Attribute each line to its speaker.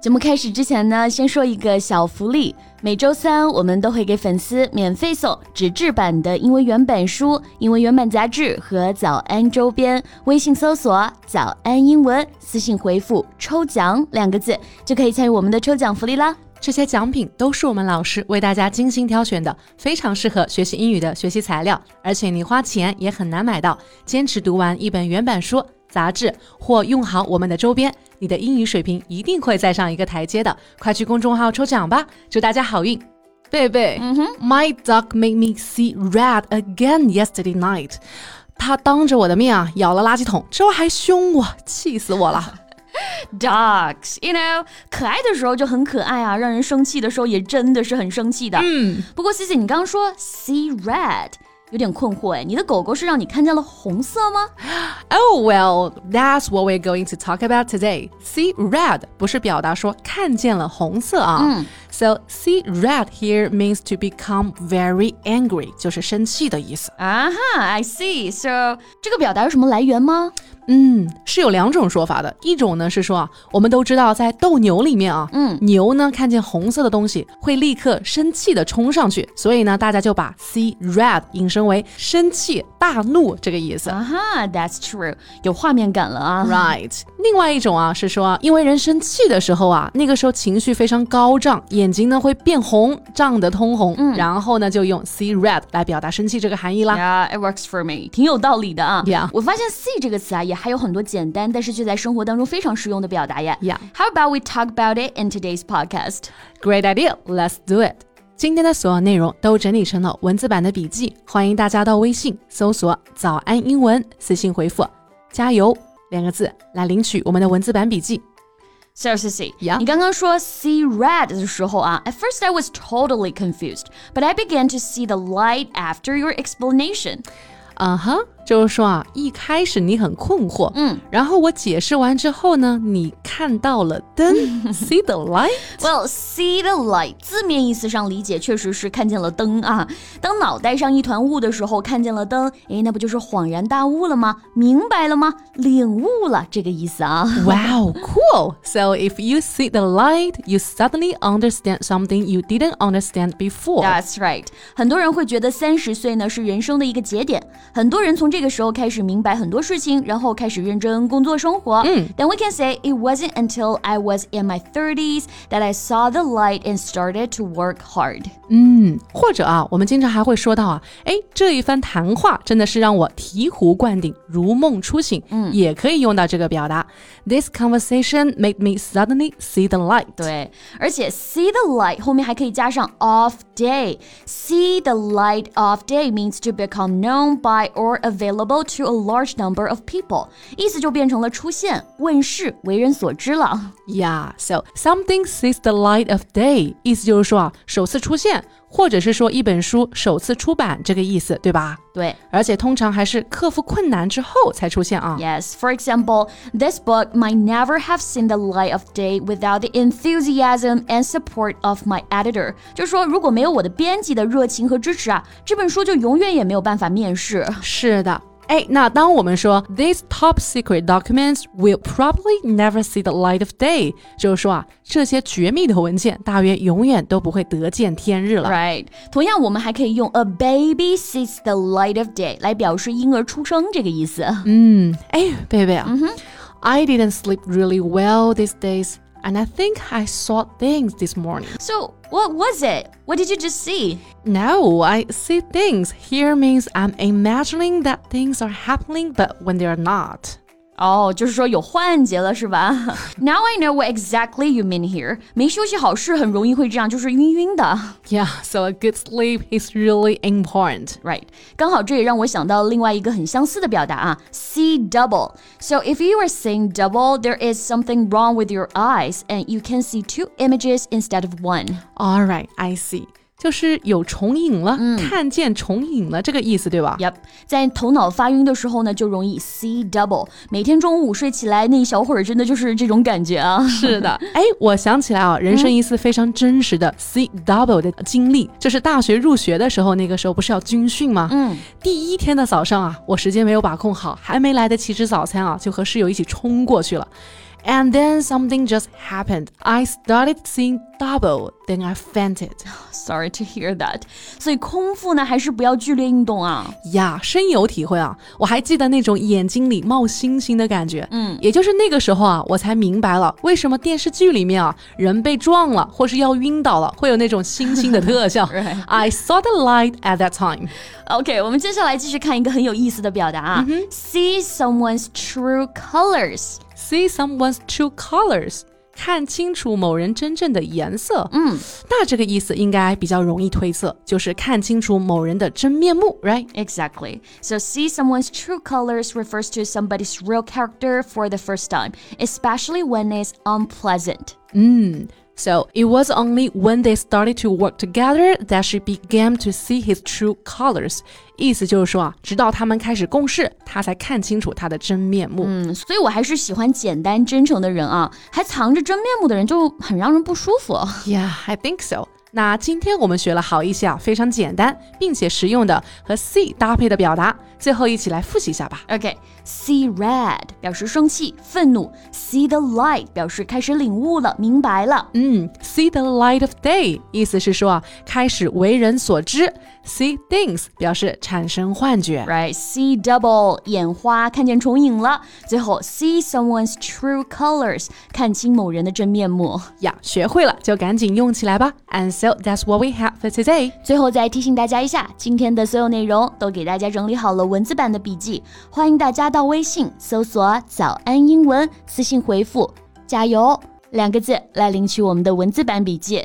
Speaker 1: 节目开始之前呢，先说一个小福利。每周三我们都会给粉丝免费送纸质版的英文原版书、英文原版杂志和早安周边。微信搜索“早安英文”，私信回复“抽奖”两个字，就可以参与我们的抽奖福利啦。
Speaker 2: 这些奖品都是我们老师为大家精心挑选的，非常适合学习英语的学习材料，而且你花钱也很难买到。坚持读完一本原版书、杂志，或用好我们的周边，你的英语水平一定会再上一个台阶的。快去公众号抽奖吧，祝大家好运！贝贝、m y dog made me see red again yesterday night。他当着我的面啊，咬了垃圾桶，之后还凶我，气死我了。
Speaker 1: Dogs, you know，可爱的时候就很可爱啊，让人生气的时候也真的是很生气的。嗯，不过 Cici，你刚刚说 see red，有点困惑哎，你的狗狗是让你看见了红色吗？
Speaker 2: Oh well, that's what we're going to talk about today. See red 不是表达说看见了红色啊。So see red here means to become very angry，就是生气的意思。
Speaker 1: 啊哈，I see. So 这个表达有什么来源吗？
Speaker 2: 嗯，是有两种说法的。一种呢是说啊，我们都知道在斗牛里面啊，嗯，牛呢看见红色的东西会立刻生气的冲上去，所以呢大家就把 see red 引申为生气、大怒这个意思。
Speaker 1: 啊哈，That's true，有画面感了啊。
Speaker 2: Right，另外一种啊是说啊，因为人生气的时候啊，那个时候情绪非常高涨，眼睛呢会变红，涨得通红，然后呢就用 see red 来表达生气这个含义啦。
Speaker 1: Yeah, it works for me，挺有道理的啊。
Speaker 2: Yeah
Speaker 1: 我发现 see 这个词啊，也还有很多简单，但是却在生活当中非常实用的表达耶。
Speaker 2: Yeah
Speaker 1: How about we talk about it in today's podcast?
Speaker 2: Great idea，let's do it。今天的所有内容都整理成了文字版的笔记，欢迎大家到微信搜索“早安英文”，私信回复“加油”两个字来领取我们的文字版笔记。
Speaker 1: So, Sissy,
Speaker 2: Yeah.
Speaker 1: 你刚刚说 see red 的时候啊，at first I was totally confused, but I began to see the light after your explanation.
Speaker 2: 嗯哼，就是说啊，一开始你很困惑，嗯，然后我解释完之后呢，你看到了 灯，see the light。
Speaker 1: Well, see the light 字面意思上理解确实是看见了灯啊。当脑袋上一团雾的时候，看见了灯，诶，那不就是恍然大悟了吗？明白了吗？领悟了这个意思啊。
Speaker 2: Wow, cool! So if you see the light, you suddenly understand something you didn't understand before.
Speaker 1: That's right，很多人会觉得三十岁呢是人生的一个节点，很多人从这个时候开始明白很多事情，然后开始认真工作生活。嗯，Then we can say it wasn't until I was in my thirties that I saw the light and started to work hard。
Speaker 2: 或者啊，我们经常还会说到啊，哎，这一番谈话真的是让我醍醐灌顶，如梦初醒。嗯，也可以用到这个表达。This conversation made me suddenly see the light.
Speaker 1: 对，而且 see the light 后面还可以加上 off day。See the light of day means to become known by or available to a large number of people，意思就变成了出现、问世、为人所知了。
Speaker 2: Yeah, so something sees the light of day，意思就是说啊，首次出现，或者是说一本书首次出版这个意思，对吧？
Speaker 1: 对。
Speaker 2: 而且通常还是克服困难之后才出现啊。
Speaker 1: Yes, for example, this book might never have seen the light of day without the enthusiasm and support of my editor. 就是说，如果没有我的编辑的热情和支持啊，这本书就永远也没有办法面世。
Speaker 2: 是的。哎，那当我们说 these top secret documents will probably never see the light of day，就是说啊，这些绝密的文件大约永远都不会得见天日了。
Speaker 1: Right，同样我们还可以用 a baby sees the light of day 来表示婴儿出生这个意思。
Speaker 2: 哎，贝贝啊、i didn't sleep really well these days, and I think I saw things this morning.
Speaker 1: So what was it? What did you just see?
Speaker 2: No, I see things here means I'm imagining that things are happening, but when they are not.
Speaker 1: 哦，就是说有幻觉了是吧？Now I know what exactly you mean here。没休息好是很容易会这样，就是晕晕的。
Speaker 2: Yeah, so a good sleep is really important.
Speaker 1: Right，刚好这也让我想到另外一个很相似的表达啊，see double。So if you are seeing double, there is something wrong with your eyes, and you can see two images instead of one.
Speaker 2: All right, I see. 就是有重影了，
Speaker 1: 嗯
Speaker 2: 看见重影了这个意思，对吧？
Speaker 1: Yep，在头脑发晕的时候呢，就容易 see double。每天中午睡起来那一小会儿，真的就是这种感觉啊。
Speaker 2: 是的，哎，我想起来啊，人生一次非常真实的 C double 的经历，就是大学入学的时候，那个时候不是要军训吗？
Speaker 1: 嗯，
Speaker 2: 第一天的早上啊，我时间没有把控好，还没来得及吃早餐啊，就和室友一起冲过去了。And then something just happened. I started seeing double, then I fainted.
Speaker 1: Sorry to hear that。所以空腹呢，还是不要剧烈运动啊。
Speaker 2: 呀，深有体会啊！我还记得那种眼睛里冒星星的感觉。
Speaker 1: 嗯，。
Speaker 2: 也就是那个时候啊，我才明白了为什么电视剧里面啊，人被撞了或是要晕倒了，会有那种星星的特效
Speaker 1: Right.
Speaker 2: I saw the light at that time.
Speaker 1: OK，我们接下来继续看一个很有意思的表达啊、see someone's true colors。
Speaker 2: See someone's true colors. 看清楚某人真正的颜色。
Speaker 1: 嗯，
Speaker 2: 那这个意思应该比较容易推测，就是看清楚某人的真面目，right？
Speaker 1: Exactly. So, see someone's true colors refers to somebody's real character for the first time, especially when it's unpleasant.
Speaker 2: So it was only when they started to work together that she began to see his true colors。意思就是说啊，直到他们开始共事，他才看清楚他的真面目。
Speaker 1: 嗯，所以我还是喜欢简单真诚的人啊，还藏着真面目的人就很让人不舒服。
Speaker 2: Yeah, I think so。那今天我们学了好一些啊，非常简单并且实用的和 see 搭配的表达。最后一起来复习一下吧。
Speaker 1: OK，see、red 表示生气、愤怒；see the light 表示开始领悟了、明白了。
Speaker 2: 嗯，see the light of day，意思是说啊，开始为人所知。See things 表示产生幻觉。
Speaker 1: Right，see double 眼花，看见重影了。最后，see someone's true colors 看清某人的真面目。
Speaker 2: 呀，学会了就赶紧用起来吧。And so that's what we have for today.
Speaker 1: 最后再提醒大家一下，今天的所有内容都给大家整理好了文字版的笔记，欢迎大家到微信搜索“早安英文”，私信回复“加油”两个字来领取我们的文字版笔记。